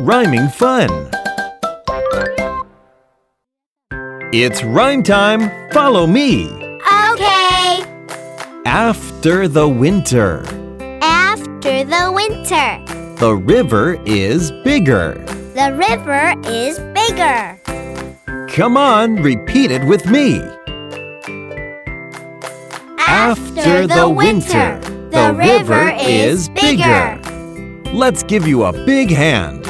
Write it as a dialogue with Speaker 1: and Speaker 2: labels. Speaker 1: Rhyming fun. It's rhyme time. Follow me.
Speaker 2: Okay.
Speaker 1: After the winter,
Speaker 2: After the winter,
Speaker 1: the river is bigger.
Speaker 2: the river is bigger.
Speaker 1: Come on, repeat it with me. After the winter, the river is bigger. Let's give you a big hand.